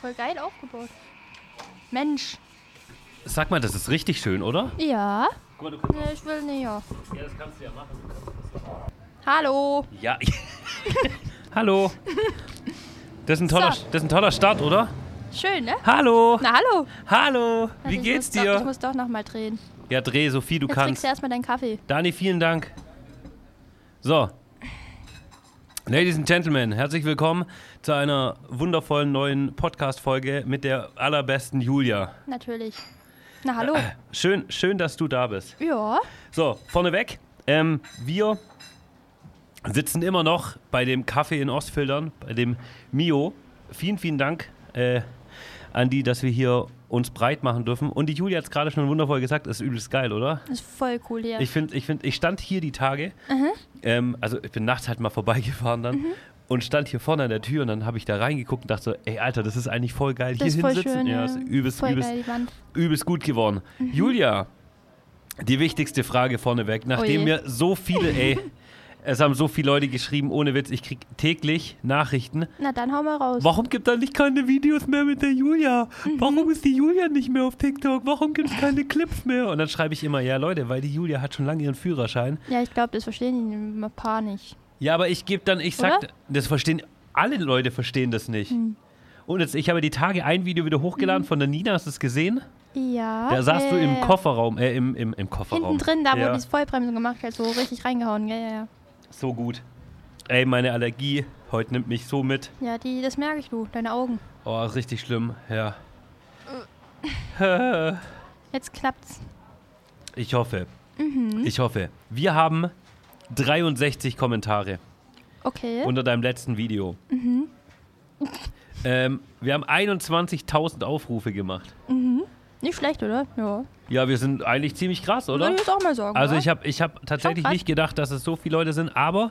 Voll geil aufgebaut. Mensch. Sag mal, das ist richtig schön, oder? Ja. Guck mal, du Nee, ich will nicht. Ja. ja, das kannst du ja machen. Hallo. Ja. Hallo. Das ist, ein toller, So. das ist ein toller Start, oder? Schön, ne? Hallo. Na hallo. Hallo. Warte, Wie ich geht's muss Doch, ich dir? muss doch nochmal drehen. Ja, dreh so viel du Jetzt kriegst kannst. du erstmal deinen Kaffee. Dani, vielen Dank. So. Ladies and Gentlemen, herzlich willkommen zu einer wundervollen neuen Podcast-Folge mit der allerbesten Julia. Natürlich. Na hallo. Schön, schön, dass du da bist. Ja. So, vorneweg, ähm, wir sitzen immer noch bei dem Kaffee in Ostfildern, bei dem Mio. Vielen, vielen Dank, äh, Andi, dass wir hier uns breit machen dürfen. Und die Julia hat es gerade schon wundervoll gesagt, ist übelst geil, oder? Ist voll cool hier. Ich finde, ich finde, ich stand hier die Tage, Mhm. ähm, also ich bin nachts halt mal vorbeigefahren dann und stand hier vorne an der Tür und dann habe ich da reingeguckt und dachte, so, ey Alter, das ist eigentlich voll geil, das ist hier voll hinsitzen. schön. ja, ja. ist übelst, voll übelst, geil, die Wand. übelst gut geworden. Mhm. Julia, die wichtigste Frage vorneweg, nachdem Oje. mir so viele, ey, es haben so viele Leute geschrieben, ohne Witz, ich krieg täglich Nachrichten. Na dann hau mal raus. Warum gibt da nicht keine Videos mehr mit der Julia? Mhm. Warum ist die Julia nicht mehr auf TikTok? Warum gibt es keine Clips mehr? Und dann schreibe ich immer, ja Leute, weil die Julia hat schon lange ihren Führerschein. Ja, ich glaube, das verstehen die ein paar nicht. Ja, aber ich gebe dann, ich sag, Oder? Hm. das verstehen, alle Leute verstehen das nicht. Und jetzt, ich habe die Tage ein Video wieder Mhm. hochgeladen von der Nina, hast du es gesehen? Ja. Da saßt du im ja, ja. Kofferraum, äh, im, im, im Kofferraum. Hinten drin, da wo ja, die Vollbremsung gemacht hat, so richtig reingehauen. Ja, ja, ja. So gut. Ey, meine Allergie heute nimmt mich so mit. Ja, die, das merke ich, du. Deine Augen. Oh, ist richtig schlimm, ja. Jetzt klappt's. Ich hoffe. Mhm. Ich hoffe. Wir haben 63 Kommentare Okay. unter deinem letzten Video. Mhm. Ähm, wir haben 21.000 Aufrufe gemacht. nicht schlecht, oder? Ja. Ja, wir sind eigentlich ziemlich krass, oder? Würde ich jetzt auch mal sagen. Also wa? ich habe ich hab tatsächlich krass. nicht gedacht, dass es so viele Leute sind, aber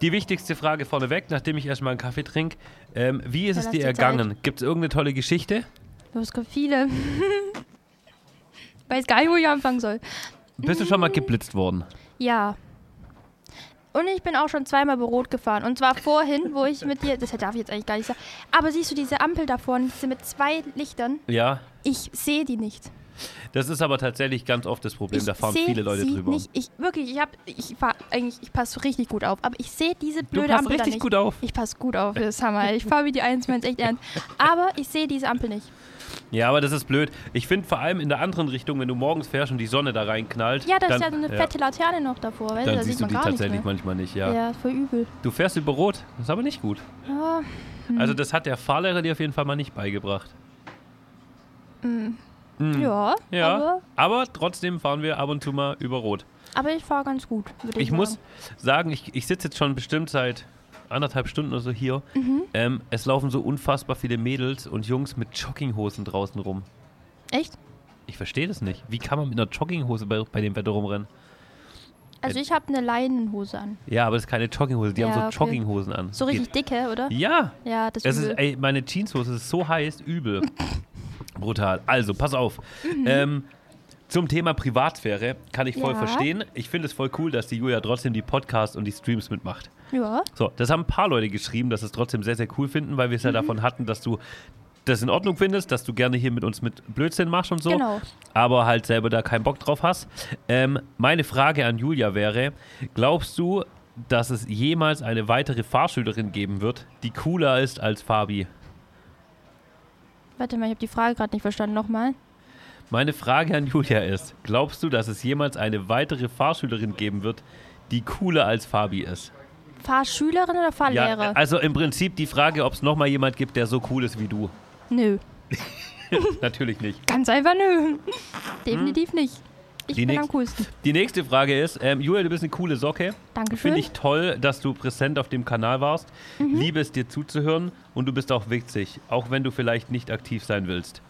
die wichtigste Frage vorneweg, nachdem ich erstmal einen Kaffee trinke, ähm, wie ist Ja, es lass dir dir Zeit. ergangen? Gibt es irgendeine tolle Geschichte? Du hast gerade viele. Weiß gar nicht, wo ich anfangen soll. Bist du schon Mm. mal geblitzt worden? Ja. Und ich bin auch schon zweimal Rot gefahren. Und zwar vorhin, wo ich mit dir. Das darf ich jetzt eigentlich gar nicht sagen. Aber siehst du diese Ampel da vorne, diese mit zwei Lichtern? Ja, Ich sehe die nicht. das ist aber tatsächlich ganz oft das Problem, da ich fahren seh viele Leute sie drüber. Nicht. Ich wirklich, ich hab, ich fahr eigentlich, ich passe richtig gut auf. Aber ich sehe diese Du blöde passt Ampel da richtig nicht. gut auf. Ich passe gut auf, das ist Hammer. Ich fahre wie die Eins, mein's echt ernst. Aber ich sehe diese Ampel nicht. Ja, aber das ist blöd. Ich finde vor allem in der anderen Richtung, wenn du morgens fährst und die Sonne da reinknallt, Ja, da dann, ist ja so eine fette Laterne noch davor, weißt du? dann Da siehst sieht du man die gar nichts tatsächlich mehr. manchmal nicht. Ja. Ja, voll übel. Du fährst über Rot, das ist aber nicht gut. Ja, hm. Also das hat der Fahrlehrer dir auf jeden Fall mal nicht beigebracht. ja, Hm. Ja, Aber, aber, trotzdem fahren wir ab und zu mal über Rot. aber ich fahre ganz gut, würde ich, Ich sagen. muss sagen, ich, ich sitze jetzt schon bestimmt seit anderthalb Stunden oder so hier. Mhm. Ähm, es laufen so unfassbar viele Mädels und Jungs mit Jogginghosen draußen rum. Echt? Ich verstehe das nicht. Wie kann man mit einer Jogginghose bei, bei dem Wetter rumrennen? Also ich habe eine Leinenhose an. Ja, aber das ist keine Jogginghose. Die Ja, haben so okay. Jogginghosen an. So richtig dicke, oder? Geht. Ja, Ja, das, es übel. ist, ey, meine Jeanshose ist so heiß, übel. Brutal. Also, pass auf. Ähm, zum Thema Privatsphäre kann ich voll Mhm. Ja. verstehen. Ich finde es voll cool, dass die Julia trotzdem die Podcasts und die Streams mitmacht. Ja, So, das haben ein paar Leute geschrieben, dass sie es trotzdem sehr, sehr cool finden, weil wir es Mhm. ja davon hatten, dass du das in Ordnung findest, dass du gerne hier mit uns mit Blödsinn machst und so, Genau. aber halt selber da keinen Bock drauf hast. Ähm, meine Frage an Julia wäre, glaubst du, dass es jemals eine weitere Fahrschülerin geben wird, die cooler ist als Fabi? warte mal, ich habe die Frage gerade nicht verstanden. Nochmal. Meine Frage an Julia ist, glaubst du, dass es jemals eine weitere Fahrschülerin geben wird, die cooler als Fabi ist? Fahrschülerin oder Fahrlehrer? Ja, also im Prinzip die Frage, ob es nochmal jemand gibt, der so cool ist wie du. nö. Natürlich nicht. Ganz einfach Hm. nö. Definitiv nicht. Ich Die bin am nächst- coolsten. Die nächste Frage ist, ähm, Julia, du bist eine coole Socke. Dankeschön. Finde ich toll, dass du präsent auf dem Kanal warst. Liebe es dir zuzuhören und du bist auch witzig, auch wenn du vielleicht nicht aktiv sein willst.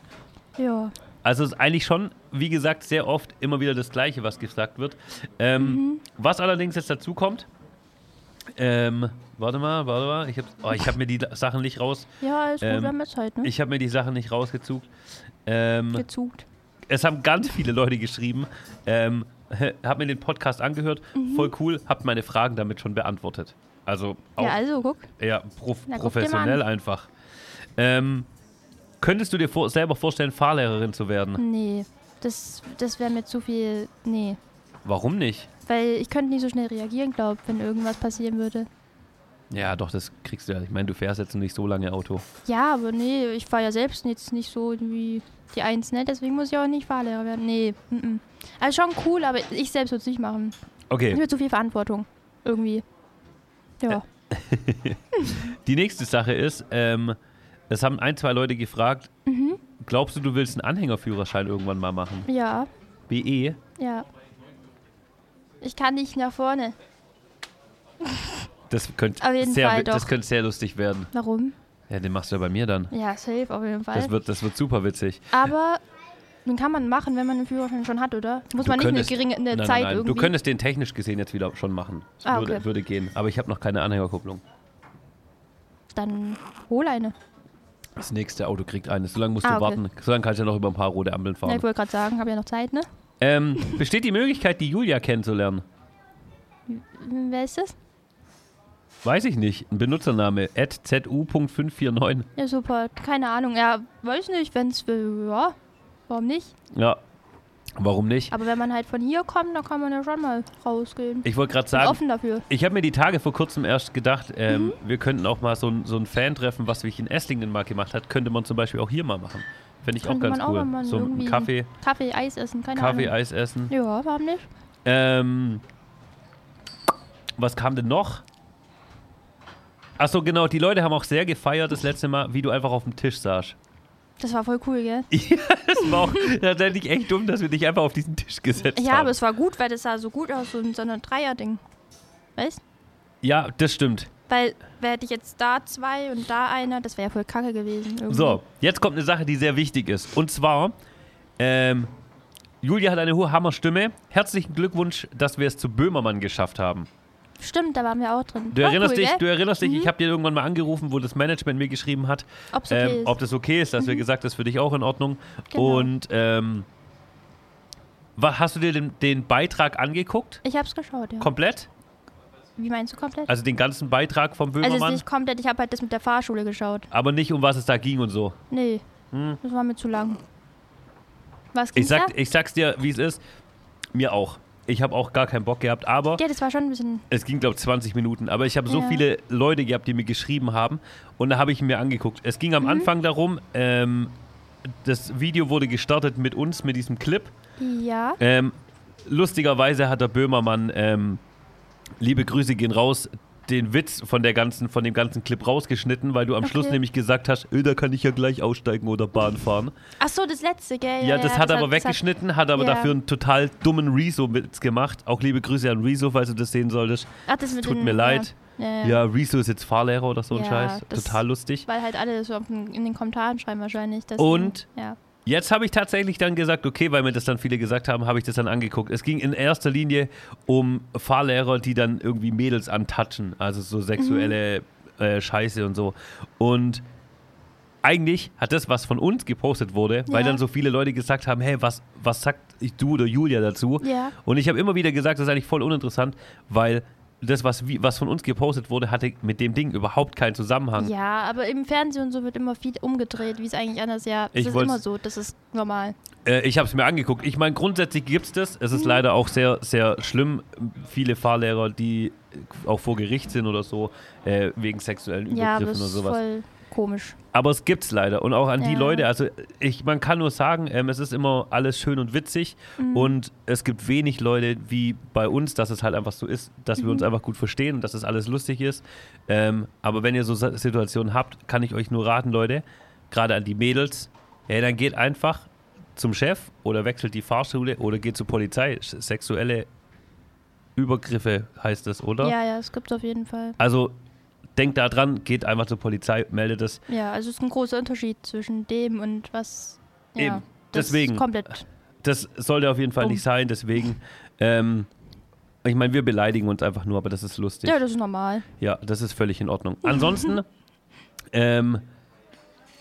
Ja. Also es ist eigentlich schon, wie gesagt, sehr oft immer wieder das Gleiche, was gesagt wird. Ähm, Was allerdings jetzt dazu kommt, ähm, warte mal, warte mal, ich habe oh, ich hab mir die Sachen nicht raus, Ja, ist Ähm, gut, wir haben jetzt halt, ne? ich habe mir die Sachen nicht rausgezugt. Ähm, Gezugt. es haben ganz viele Leute geschrieben, ähm, hab mir den Podcast angehört, voll cool, hab meine Fragen damit schon beantwortet. Also auch Ja, also guck. eher prof Na, guck dir mal professionell an. einfach. Ähm, Könntest du dir vor, selber vorstellen, Fahrlehrerin zu werden? Nee, das, das wäre mir zu viel. Nee. Warum nicht? Weil ich könnte nicht so schnell reagieren, glaube wenn irgendwas passieren würde. Ja, doch, das kriegst du ja. Ich meine, du fährst jetzt nicht so lange Auto. Ja, aber nee, ich fahre ja selbst jetzt nicht so wie die Eins, ne? Deswegen muss ich auch nicht Fahrlehrer werden. Nee, mhm. Also schon cool, aber ich selbst würde es nicht machen. Ist Okay, mir zu viel Verantwortung. Irgendwie. Ja. die nächste Sache ist, ähm, es haben ein, zwei Leute gefragt, Mhm. glaubst du, du willst einen Anhängerführerschein irgendwann mal machen? E? Ja. BE? Ja. Ich kann nicht nach vorne. Das könnte Auf jeden sehr, Fall wi- das doch. könnte sehr lustig werden. Warum? Ja, den machst du ja bei mir dann. Ja, safe auf jeden Fall. Das wird, das wird super witzig. Aber den kann man machen, wenn man einen Führerschein schon hat, oder? Muss Du man nicht könntest- eine geringe eine nein, Zeit nein, nein. irgendwie. Du könntest den technisch gesehen jetzt wieder schon machen. Das Ah, würde, okay. würde gehen. Aber ich habe noch keine Anhängerkupplung. Dann hol eine. Das nächste Auto kriegt eine. So lange musst Ah, du okay. warten. So lange kannst du ja noch über ein paar rote Ampeln Ja, fahren. ich wollte gerade sagen, habe ja noch Zeit, ne? ähm, besteht die Möglichkeit, die Julia kennenzulernen? Hm, Wer ist das? Weiß ich nicht. Ein Benutzername. zu.549. Ja, super. Keine Ahnung. Ja, weiß nicht, wenn es will. Ja, warum nicht? Ja. Warum nicht? Aber wenn man halt von hier kommt, dann kann man ja schon mal rausgehen. Ich wollte gerade Bin sagen, offen Mhm. dafür. ich habe mir die Tage vor kurzem erst gedacht, ähm, wir könnten auch mal so ein, so ein Fan-Treffen, was ich in Esslingen mal gemacht hat, könnte man zum Beispiel auch hier mal machen. Fände ich auch Könnte ganz man auch cool. mal so ein irgendwie- Kaffee, Kaffee, Eis essen, keine Kaffee, Ahnung. Eis essen. Ja, warum nicht? Ähm, was kam denn noch? Achso, genau, die Leute haben auch sehr gefeiert das letzte Mal, wie du einfach auf dem Tisch saßt. Das war voll cool, gell? Das war auch tatsächlich echt dumm, dass wir dich einfach auf diesen Tisch gesetzt Ja, haben. aber es war gut, weil das sah so gut aus, so ein, so ein Dreier-Ding. Weißt? ja, das stimmt. Weil, wer hätte ich jetzt da zwei und da einer, das wäre ja voll kacke gewesen. Irgendwie. So, jetzt kommt eine Sache, die sehr wichtig ist. Und zwar, ähm, Julia hat eine hohe Hammerstimme. Herzlichen Glückwunsch, dass wir es zu Böhmermann geschafft haben. Stimmt, da waren wir auch drin. Du War erinnerst, cool, dich, gell? Mhm. du erinnerst dich, ich habe dir irgendwann mal angerufen, wo das Management mir geschrieben hat, Ob's okay ähm, ist. Mhm. ob das okay ist, dass wir gesagt das ist für dich auch in Ordnung. Genau. Und ähm, wa- hast du dir den, den Beitrag angeguckt? ich hab's geschaut, ja. Komplett? Wie meinst du komplett? Also den ganzen Beitrag vom Also, es ist Böhmermann? nicht komplett, ich habe halt das mit der Fahrschule geschaut. aber nicht um was es da ging und so. Nee, das war mir zu lang. Was Hm. Ich, ging's sag, da? ich sag's dir, wie es ist. Mir auch. Ich habe auch gar keinen Bock gehabt, aber Ja, das war schon ein bisschen... es ging, glaube ich, 20 Minuten. Aber ich habe so Ja. viele Leute gehabt, die mir geschrieben haben. Und da habe ich ihn mir angeguckt. Es ging am Mhm. Anfang darum, ähm, das Video wurde gestartet mit uns, mit diesem Clip. Ja, Ähm, lustigerweise hat der Böhmermann, ähm, liebe Grüße gehen raus, den Witz von, der ganzen, von dem ganzen Clip rausgeschnitten, weil du am Schluss Okay. nämlich gesagt hast, "Ö, da kann ich ja gleich aussteigen oder Bahn fahren. ach so, das letzte, gell? Ja, das hat er aber das weggeschnitten, hat aber ja. dafür einen total dummen Rezo-Witz gemacht. Auch liebe Grüße an Rezo, falls du das sehen solltest. Ach, das mit Tut den- mir leid. Ja, ja. Ja, Rezo ist jetzt Fahrlehrer oder so ein Ja, Scheiß. das- Total lustig. Weil halt alle so auf den, in den Kommentaren schreiben wahrscheinlich. Dass Und? ja. Jetzt habe ich tatsächlich dann gesagt, okay, weil mir das dann viele gesagt haben, habe ich das dann angeguckt. Es ging in erster Linie um Fahrlehrer, die dann irgendwie Mädels antatschen, also so sexuelle Mhm. äh, Scheiße und so. Und eigentlich hat das, was von uns gepostet wurde, weil Ja. dann so viele Leute gesagt haben, hey, was, was sagt ich, du oder Julia dazu? Ja. Und ich habe immer wieder gesagt, das ist eigentlich voll uninteressant, weil das, was, wie, was von uns gepostet wurde, hatte mit dem Ding überhaupt keinen Zusammenhang. ja, aber im Fernsehen und so wird immer viel umgedreht, wie es eigentlich anders ja. Das Ich ist wollt's- immer so, das ist normal. Äh, ich habe es mir angeguckt. Ich meine, grundsätzlich gibt es das. Es ist Mhm. leider auch sehr, sehr schlimm. Viele Fahrlehrer, die äh, auch vor Gericht sind oder so, äh, wegen sexuellen Ja, Übergriffen aber es oder ist sowas. voll komisch. Aber es gibt's leider. Und auch an die Ja. Leute, also ich, man kann nur sagen, ähm, es ist immer alles schön und witzig. Mhm. Und es gibt wenig Leute wie bei uns, dass es halt einfach so ist, dass wir uns Mhm. einfach gut verstehen und dass es alles lustig ist. Ähm, aber wenn ihr so Sa- Situationen habt, kann ich euch nur raten, Leute, gerade an die Mädels, ja, dann geht einfach zum Chef oder wechselt die Fahrschule oder geht zur Polizei. S- Sexuelle Übergriffe heißt das, oder? Ja, ja, es gibt auf jeden Fall. Also denkt da dran, geht einfach zur Polizei, meldet es. Ja, also es ist ein großer Unterschied zwischen dem und was. Ja, Eben. Das Deswegen. Ist komplett. das sollte auf jeden Um Fall nicht sein, deswegen. Ähm, ich meine, wir beleidigen uns einfach nur, aber das ist lustig. Ja, Ja, das ist normal. das ist völlig in Ordnung. Ansonsten, ähm,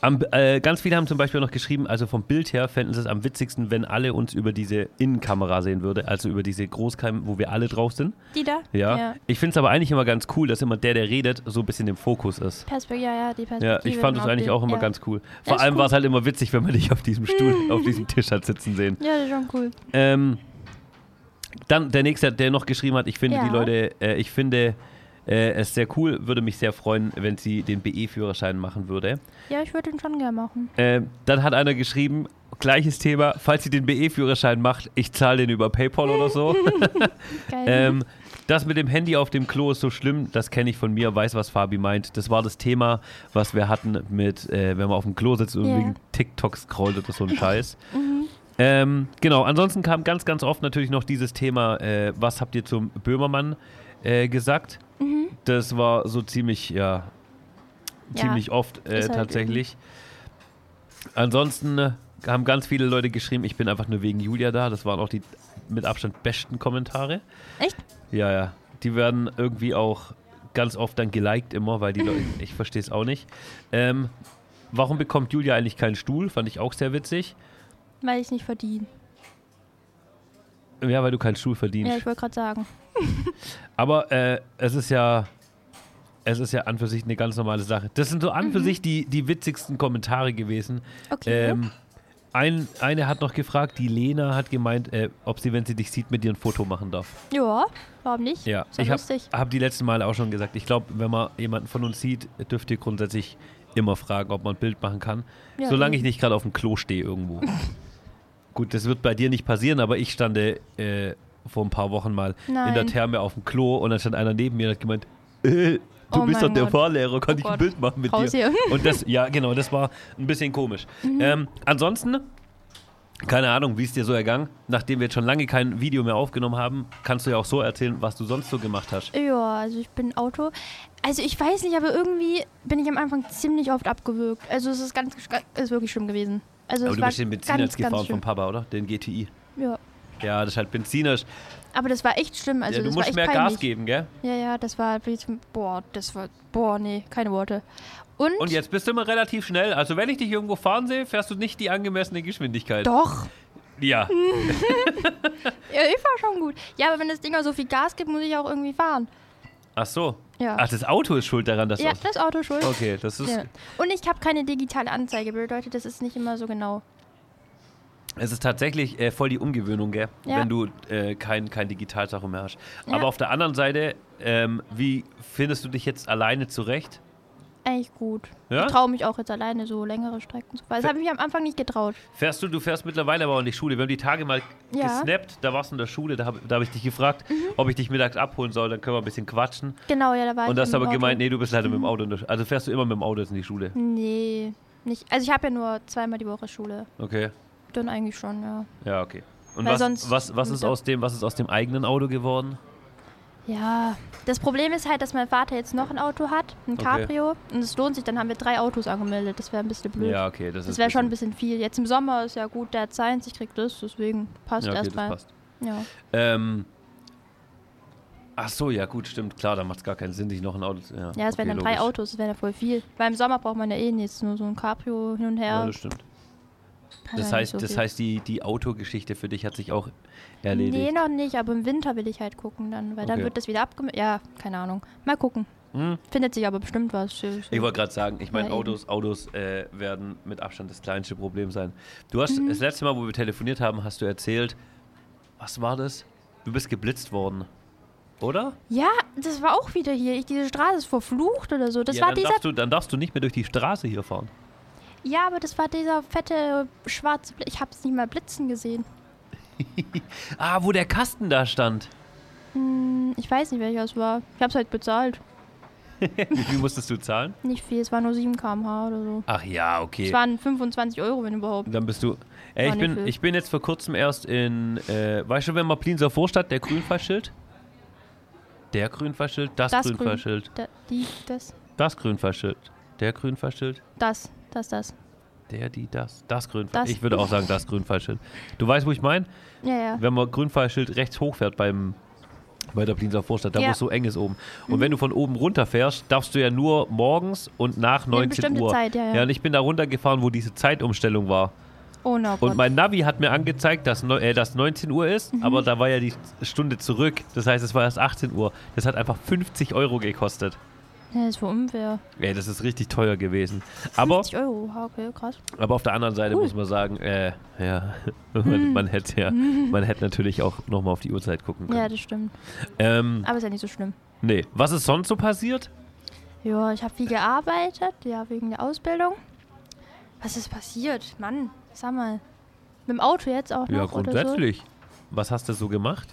Am, äh, ganz viele haben zum Beispiel noch geschrieben, also vom Bild her fänden sie es am witzigsten, wenn alle uns über diese Innenkamera sehen würde, also über diese Großkamera, wo wir alle drauf sind. Die da? Ja. Ich finde es aber eigentlich immer ganz cool, dass immer der, der redet, so ein bisschen im Fokus ist. Perspekt ja, ja, die Perspektive. Ja, ich dann fand es auf eigentlich die- auch immer ja. ganz cool. Vor ist allem cool. war es halt immer witzig, wenn man dich auf diesem Stuhl, auf diesem Tisch hat sitzen sehen. Ja, das ist schon cool. Ähm, dann der nächste, der noch geschrieben hat, ich finde Ja. die Leute, äh, ich finde äh, es sehr cool, würde mich sehr freuen, wenn sie den BE-Führerschein machen würde. Ja, ich würde den schon gerne machen. Ähm, dann hat einer geschrieben, gleiches Thema, falls sie den BE-Führerschein macht, ich zahle den über PayPal oder so. Geil. ähm, das mit dem Handy auf dem Klo ist so schlimm, das kenne ich von mir, weiß, was Fabi meint. Das war das Thema, was wir hatten mit, äh, wenn man auf dem Klo sitzt und Ja. wegen TikTok scrollt oder so ein Scheiß. Ähm, genau, ansonsten kam ganz, ganz oft natürlich noch dieses Thema, äh, was habt ihr zum Böhmermann äh, gesagt? Das war so ziemlich, Ja. ja, ziemlich oft äh, Ist halt tatsächlich. Ansonsten äh, haben ganz viele Leute geschrieben, ich bin einfach nur wegen Julia da. Das waren auch die mit Abstand besten Kommentare. Echt? Ja, ja. Die werden irgendwie auch ganz oft dann geliked immer, weil die Leute, ich verstehe es auch nicht. Ähm, warum bekommt Julia eigentlich keinen Stuhl? Fand ich auch sehr witzig. Weil ich es nicht verdiene. Ja, weil du keinen Stuhl Ja, verdienst. ich wollte gerade sagen. Aber äh, es ist ja. Es ist ja an für sich eine ganz normale Sache. Das sind so an Mhm. für sich die, die witzigsten Kommentare gewesen. Okay. Ähm, ein, eine hat noch gefragt, die Lena hat gemeint, äh, ob sie, wenn sie dich sieht, mit dir ein Foto machen darf. ja, warum nicht? Ist ich habe lustig. hab die letzten Male auch schon gesagt, ich glaube, wenn man jemanden von uns sieht, dürft ihr grundsätzlich immer fragen, ob man ein Bild machen kann. Ja, solange eben. ich nicht gerade auf dem Klo stehe irgendwo. Gut, das wird bei dir nicht passieren, aber ich stande äh, vor ein paar Wochen mal in der Nein. Therme auf dem Klo und dann stand einer neben mir und hat gemeint, äh, du Oh bist mein doch der Gott. Fahrlehrer, kann Oh ich ein Gott. Bild machen mit Raus dir? hier. Mhm. Und das, ja, genau, das war ein bisschen komisch. Ähm, ansonsten, keine Ahnung, wie es dir so ergangen. Nachdem wir jetzt schon lange kein Video mehr aufgenommen haben, kannst du ja auch so erzählen, was du sonst so gemacht hast. Ja, also ich bin Auto. Also ich weiß nicht, aber irgendwie bin ich am Anfang ziemlich oft abgewürgt. Also es ist ganz, ist wirklich schlimm gewesen. Also Aber es du war bist den Benziner ganz, jetzt ganz gefahren vom schlimm. Papa, oder? Den GTI. Ja, Ja, das ist halt Benziner. ist- aber das war echt schlimm. Also ja, du das war musst echt mehr peinlich. Gas geben, gell? Ja, ja, das war boah, das war boah, nee, keine Worte. Und, Und jetzt bist du immer relativ schnell. Also wenn ich dich irgendwo fahren sehe, fährst du nicht die angemessene Geschwindigkeit. doch. Mhm. Ja. Ja, ich war schon gut. Ja, aber wenn das Ding auch so viel Gas gibt, muss ich auch irgendwie fahren. Ach so. Ja. Ach, das Auto ist schuld daran, dass Ja, das... das Auto schuld. Okay, das ist... Ja. Und ich habe keine digitale Anzeige, bedeutet, das ist nicht immer so genau. Es ist tatsächlich äh, voll die Umgewöhnung, gell? Ja. Wenn du äh, kein, kein Digitaltacho mehr hast. Ja. Aber auf der anderen Seite, ähm, wie findest du dich jetzt alleine zurecht? Eigentlich gut. Ja? Ich traue mich auch jetzt alleine so längere Strecken zu fahren. Das habe ich mich am Anfang nicht getraut. Fährst du, du fährst mittlerweile aber auch in die Schule. Wir haben die Tage mal Ja. Mhm. gesnappt, da warst du in der Schule, da habe da hab ich dich gefragt, ob ich dich mittags abholen soll, dann können wir ein bisschen quatschen. Genau, ja, da war ich. Und das im aber Auto. Mhm. gemeint, nee, du bist leider mit dem Auto in der Schule. Also fährst du immer mit dem Auto jetzt in die Schule. Nee, nicht. Also ich habe ja nur zweimal die Woche Schule. Okay. Dann eigentlich schon, ja. Ja, okay. Und Weil was, sonst- was, was, ist aus dem, was ist aus dem eigenen Auto geworden? Ja. Das Problem ist halt, dass mein Vater jetzt noch ein Auto hat, ein Okay. Cabrio. Und es lohnt sich, dann haben wir drei Autos angemeldet. Das wäre ein bisschen blöd. Ja, okay, das, Das ist. wäre schon ein bisschen viel. Jetzt im Sommer ist ja gut, der hat Science, ich krieg das, deswegen passt Ja, okay, das erstmal. passt. Ja. Ähm. Ach so, ja gut, stimmt, klar, da macht es gar keinen Sinn, sich noch ein Auto zu... Ja, ja, es wären dann okay, drei logisch. Autos, das wäre ja voll viel. Weil im Sommer braucht man ja eh nichts, nur so ein Cabrio hin und Ja, her. das stimmt. Kann Das ja nicht heißt, so das viel. heißt die, die Autogeschichte für dich hat sich auch erledigt. Nee, noch nicht, aber im Winter will ich halt gucken dann, weil dann Okay. wird das wieder abgemeldet. Ja, keine Ahnung. Mal gucken. Hm? Findet sich aber bestimmt was. Ich wollte gerade sagen, ich meine, Ja, eben. Autos, Autos äh, werden mit Abstand das kleinste Problem sein. Du hast Mhm. das letzte Mal, wo wir telefoniert haben, hast du erzählt, was war das? Du bist geblitzt worden, oder? ja, das war auch wieder hier. Ich, diese Straße ist verflucht oder so. Das ja, war dann, dieser. darfst du, dann darfst du nicht mehr durch die Straße hier fahren. Ja, aber das war dieser fette äh, schwarze. Bl- Ich hab's nicht mal blitzen gesehen. Ah, wo der Kasten da stand. Hm, Ich weiß nicht, welcher es war. Ich hab's halt bezahlt. Wie viel musstest du zahlen? Nicht viel, es war nur 7 km/h oder so. Ach ja, okay. Es waren 25 Euro, wenn überhaupt. Dann bist du. Ey, War nicht ich, bin, viel. ich bin jetzt vor kurzem erst in. Äh, weißt du, wenn man Plinser Vorstadt, der Grünfallschild? Der Grünfallschild, das, Das Grün- Grünfallschild, Da, die, das, das Grünfallschild, der Grünfallschild, das, das, das. der, die, das, das Das. Grünfallschild. Ich würde auch sagen, das Grünfallschild. Du weißt, wo ich meine? Ja, ja. Wenn man Grünfallschild rechts hochfährt beim bei der Plinzer Vorstadt, da Ja. Mhm. wo es so eng ist oben. Und wenn du von oben runterfährst, darfst du ja nur morgens und nach 19 bestimmte Uhr. Zeit, ja, ja. und ich bin da runtergefahren, wo diese Zeitumstellung war. Oh no, Und Gott. mein Navi hat mir angezeigt, dass, neu- äh, dass 19 Uhr ist, Mhm. aber da war ja die Stunde zurück. Das heißt, es war erst 18 Uhr. Das hat einfach 50 Euro gekostet. Ja, das war unfair. Ey, das ist richtig teuer gewesen. Aber, 50 Euro, Ah, okay, krass. aber auf der anderen Seite Cool. Mhm. muss man sagen, äh, ja, man, man hätte ja, man hätte natürlich auch nochmal auf die Uhrzeit gucken Ja, können. das stimmt. ähm, Aber ist ja nicht so schlimm. nee. Was ist sonst so passiert? Ja, ich habe viel gearbeitet, ja, wegen der Ausbildung. Was ist passiert? Mann, sag mal. Mit dem Auto jetzt auch noch Ja, oder so? grundsätzlich. Was hast du so gemacht?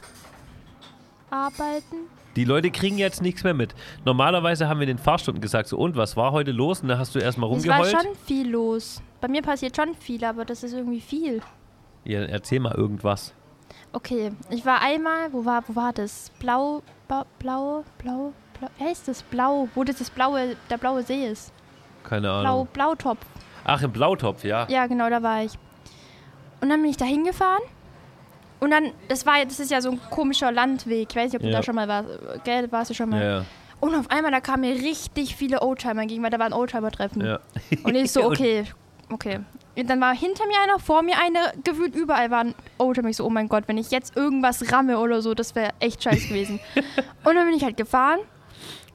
Arbeiten. Die Leute kriegen jetzt nichts mehr mit. Normalerweise haben wir in den Fahrstunden gesagt, so und was war heute los? Und da hast du erstmal Es rumgeheult. war schon viel los. Bei mir passiert schon viel, aber das ist irgendwie viel. Ja, erzähl mal irgendwas. Okay, ich war einmal, wo war, wo war das? Blau, ba, blau, blau, blau, wie heißt das? Blau, wo das, das blaue, der blaue See ist. Keine Blau, Ahnung. Blautopf. Ach, im Blautopf, ja. Ja, genau, da war ich. Und dann bin ich da hingefahren. Und dann, das war, ja- das ist ja so ein komischer Landweg. Ich weiß nicht, ob du Ja. da schon mal warst. äh, Gell, warst du schon mal? ja. Und auf einmal, da kamen mir richtig viele Oldtimer gegen, weil da war ein Oldtimer-Treffen. ja. Und ich so, okay, okay. Und dann war hinter mir einer, vor mir einer, gewühlt überall waren Oldtimer. Ich so, oh mein Gott, wenn ich jetzt irgendwas ramme oder so, das wäre echt scheiße gewesen. und dann bin ich halt gefahren.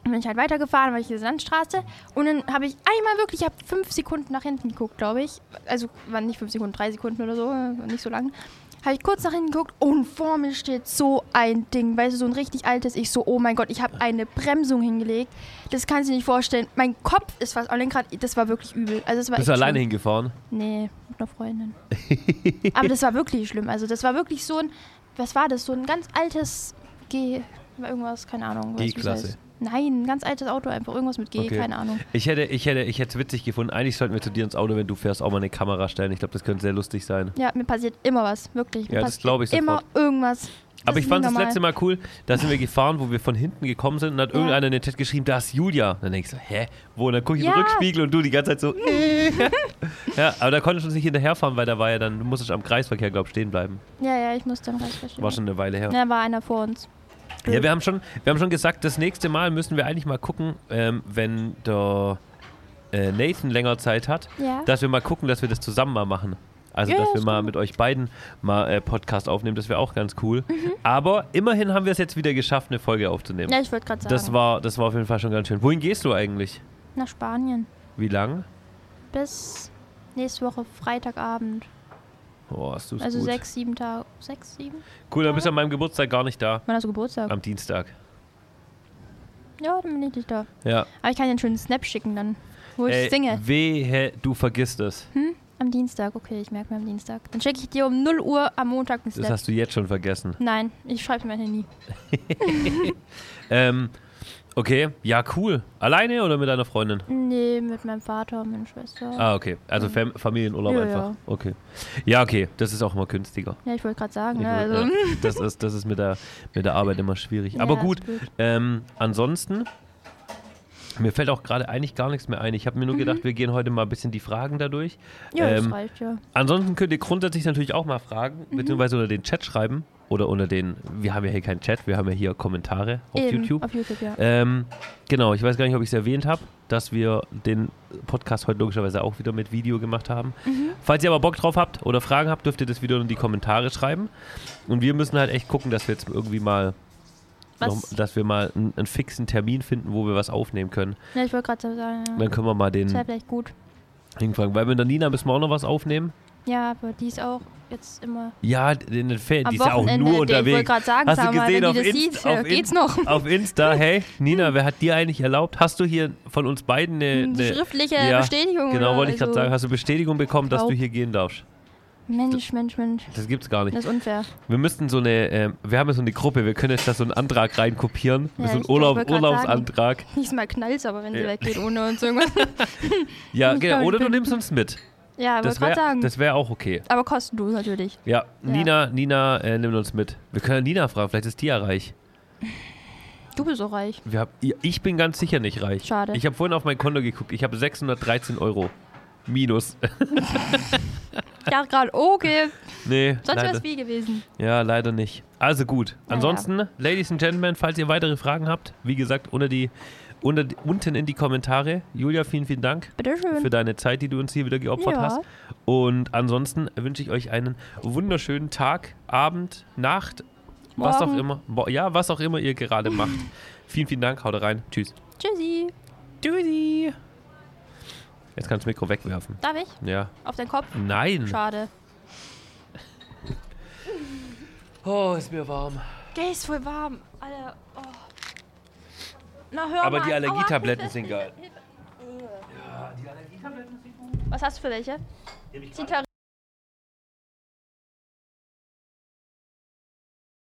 Und bin ich halt weitergefahren, weil ich diese Landstraße. Und dann habe ich einmal wirklich, ich habe fünf Sekunden nach hinten geguckt, glaube ich. Also waren nicht fünf Sekunden, drei Sekunden oder so, äh, nicht so lang. Habe ich kurz nach hinten geguckt und vor mir steht so ein Ding, weißt du, so ein richtig altes. Ich so, oh mein Gott, ich habe eine Bremsung hingelegt. Das kannst du dir nicht vorstellen. Mein Kopf ist fast am Lenkrad, das war wirklich übel. Also das war echt Bist du alleine schlimm. hingefahren? Nee, mit einer Freundin. Aber das war wirklich schlimm. Also das war wirklich so ein, was war das? So ein ganz altes G, irgendwas, keine Ahnung. was- wie es G-Klasse. heißt. Nein, ein ganz altes Auto einfach. Irgendwas mit G, Okay. keine Ahnung. Ich hätte, ich hätte, ich hätte es witzig gefunden. Eigentlich sollten wir zu dir ins Auto, wenn du fährst, auch mal eine Kamera stellen. Ich glaube, das könnte sehr lustig sein. Ja, mir passiert immer was, wirklich. Mir Ja, das passiert glaub ich Immer sofort. irgendwas. Das Aber ist ich fand nie das normal. letzte Mal cool, da sind wir gefahren, wo wir von hinten gekommen sind und hat irgendeiner in den Chat geschrieben, da ist Julia. Dann denk ich so, hä? Wo? Und dann gucke ich Ja. im Rückspiegel und du die ganze Zeit so, äh. Ja, aber da konntest du uns nicht hinterherfahren, weil da war ja dann, du musstest am Kreisverkehr, glaube ich, stehen bleiben. Ja, ja, ich muss dann recht verstehen. War schon eine Weile her. Ja, da war einer vor uns. Hm. Ja, wir haben schon, wir haben schon gesagt, das nächste Mal müssen wir eigentlich mal gucken, ähm, wenn der äh, Nathan länger Zeit hat, Ja. dass wir mal gucken, dass wir das zusammen mal machen. Also, Ja, dass wir ist mal gut. mit euch beiden mal äh, Podcast aufnehmen, das wäre auch ganz cool. Aber immerhin haben wir es jetzt wieder geschafft, eine Folge aufzunehmen. Mhm. Ja, ich wollte gerade sagen. das, war, das war auf jeden Fall schon ganz schön. Wohin gehst du eigentlich? Nach Spanien. Wie lang? Bis nächste Woche Freitagabend. Oh, hast du's Also gut. sechs, sieben Tage. Sechs, sieben? Cool, dann bist du an meinem Geburtstag gar nicht da. Wann hast du Geburtstag? Am Dienstag. Ja, dann bin ich nicht da. Ja. Aber ich kann dir einen schönen Snap schicken dann, wo ich Ey, singe. Hm? Wehe, du vergisst es. Am Dienstag, okay, ich merke mir am Dienstag. Dann schicke ich dir um 0 Uhr am Montag einen Das Snap. hast du jetzt schon vergessen. Nein, ich schreibe mir mein Handy. Ähm, okay, ja, cool. Alleine oder mit deiner Freundin? Nee, mit meinem Vater, meiner Schwester. Ah, okay. Also Fam Familienurlaub Mhm. Ja, einfach. ja. Okay. Ja, okay. Das ist auch immer günstiger. Ja, ich wollte gerade sagen, Ich ne? würd- Also, ja, das ist, das ist mit, der, mit der Arbeit immer schwierig. Ja, Aber ist gut, gut. Ähm, ansonsten, mir fällt auch gerade eigentlich gar nichts mehr ein. Ich habe mir nur Mhm. gedacht, wir gehen heute mal ein bisschen die Fragen dadurch. ja, das Ähm, reicht ja. Ansonsten könnt ihr grundsätzlich natürlich auch mal fragen, Mhm. beziehungsweise unter den Chat schreiben. Oder unter den, wir haben ja hier keinen Chat, wir haben ja hier Kommentare auf Eben, YouTube. Auf YouTube, ja. Ähm, genau, ich weiß gar nicht, ob ich es erwähnt habe, dass wir den Podcast heute logischerweise auch wieder mit Video gemacht haben. Mhm. Falls ihr aber Bock drauf habt oder Fragen habt, dürft ihr das wieder in die Kommentare schreiben. Und wir müssen halt echt gucken, dass wir jetzt irgendwie mal, noch, Was? dass wir mal einen, einen fixen Termin finden, wo wir was aufnehmen können. Ja, ich wollte gerade sagen, ja. Dann können wir mal das wäre den vielleicht gut. hinfragen. Weil mit der Nina müssen wir auch noch was aufnehmen. Ja, aber die ist auch jetzt immer. Ja, in den Ferien, Am die ist ja auch Wochenende, nur der- ich wollte unterwegs. gerade sagen, Hast du sag mal, gesehen wenn auf, die das Inst sieht, auf, äh, geht's Inst- noch? auf Insta? Hey, Nina, wer hat dir eigentlich erlaubt? Hast du hier von uns beiden eine, Die eine schriftliche Ja, Bestätigung. Genau, oder? wollte ich gerade also, sagen. Hast du Bestätigung bekommen, dass du glaub- hier gehen darfst? Mensch, Mensch, Mensch. Das gibt's gar nicht. Das ist unfair. Wir müssten so eine, ähm, wir haben ja so eine Gruppe, wir können jetzt da so einen Antrag reinkopieren. Ja, so einen ich glaub, Urlaub, wollte grad Urlaubsantrag. Nächstes Mal knallt's aber, wenn sie Ja. weggeht, ohne uns irgendwas. Ja, Ich genau. glaub, Oder ich du bin- nimmst uns mit. Ja, wollte Das gerade wäre sagen. wär auch okay. aber kostenlos natürlich. Ja, Ja. Nina, Nina äh, nimmt uns mit. Wir können Nina fragen, vielleicht ist die ja reich. Du bist so reich. Wir hab, ja, ich bin ganz sicher nicht reich. Schade. Ich habe vorhin auf mein Konto geguckt. Ich habe 613 Euro. Minus. Ja, gerade Oh, okay. Nee, Sonst wäre leider, es wie gewesen. ja, leider nicht. Also gut. Naja. Ansonsten, Ladies and Gentlemen, falls ihr weitere Fragen habt, wie gesagt, unter die, unter, die- unten in die Kommentare. Julia, vielen, vielen Dank Bitteschön. für deine Zeit, die du uns hier wieder geopfert Ja. hast. Und ansonsten wünsche ich euch einen wunderschönen Tag, Abend, Nacht, was auch Morgen. immer. Bo- Ja, was auch immer ihr gerade macht. vielen, vielen Dank. Haut rein. Tschüss. Tschüssi. Tschüssi. Jetzt kannst du das Mikro wegwerfen. Darf ich? Ja. Auf deinen Kopf? Nein. Schade. Oh, ist mir warm. Gay ist voll warm. Alter. Oh. Na, hör Aber mal. die Aua, Allergietabletten Hilfe, sind Hilfe, geil. Hilfe. Was hast du für welche? Zitat